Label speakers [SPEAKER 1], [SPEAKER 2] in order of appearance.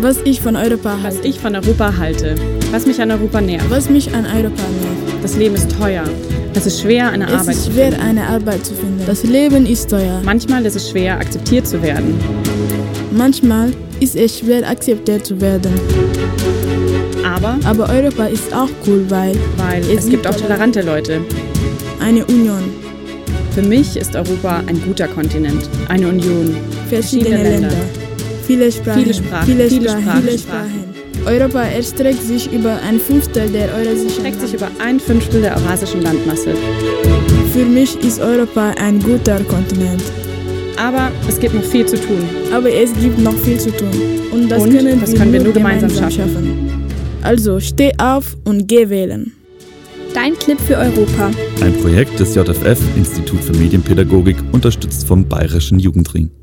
[SPEAKER 1] Was ich von Europa
[SPEAKER 2] Was
[SPEAKER 1] halte.
[SPEAKER 2] ich von Europa halte. Was mich an Europa nährt.
[SPEAKER 1] Was mich an Europa nährt.
[SPEAKER 2] Das Leben ist teuer. Es ist schwer, eine
[SPEAKER 1] Es
[SPEAKER 2] Arbeit zu
[SPEAKER 1] ist
[SPEAKER 2] finden.
[SPEAKER 1] schwer, eine Arbeit zu finden. Das Leben ist teuer.
[SPEAKER 2] Manchmal ist es schwer, akzeptiert zu werden.
[SPEAKER 1] Manchmal ist es schwer, akzeptiert zu werden.
[SPEAKER 2] Aber,
[SPEAKER 1] Aber Europa ist auch cool, weil
[SPEAKER 2] weil
[SPEAKER 1] Es
[SPEAKER 2] es gibt
[SPEAKER 1] gibt
[SPEAKER 2] auch tolerante Leute.
[SPEAKER 1] eine Union,
[SPEAKER 2] Für mich ist Europa ein guter Kontinent, eine Union.
[SPEAKER 1] verschiedene
[SPEAKER 2] Verschiedene
[SPEAKER 1] Länder,
[SPEAKER 2] Länder.
[SPEAKER 1] viele Sprachen,
[SPEAKER 2] Viele Sprachen, viele Sprachen,
[SPEAKER 1] viele Sprachen. Europa erstreckt sich über ein Fünftel der eurasischen
[SPEAKER 2] Streckt sich
[SPEAKER 1] Land.
[SPEAKER 2] über ein Fünftel der eurasischen Landmasse.
[SPEAKER 1] Für mich ist Europa ein guter Kontinent.
[SPEAKER 2] Aber es gibt noch viel zu tun.
[SPEAKER 1] Aber es gibt noch viel zu tun. Und das,
[SPEAKER 2] Und
[SPEAKER 1] können,
[SPEAKER 2] das
[SPEAKER 1] wir
[SPEAKER 2] können wir
[SPEAKER 1] nur
[SPEAKER 2] nur gemeinsam
[SPEAKER 1] schaffen. Also steh auf und geh wählen.
[SPEAKER 3] Dein Clip für Europa.
[SPEAKER 4] Ein Projekt des JFF Institut für Medienpädagogik unterstützt vom Bayerischen Jugendring.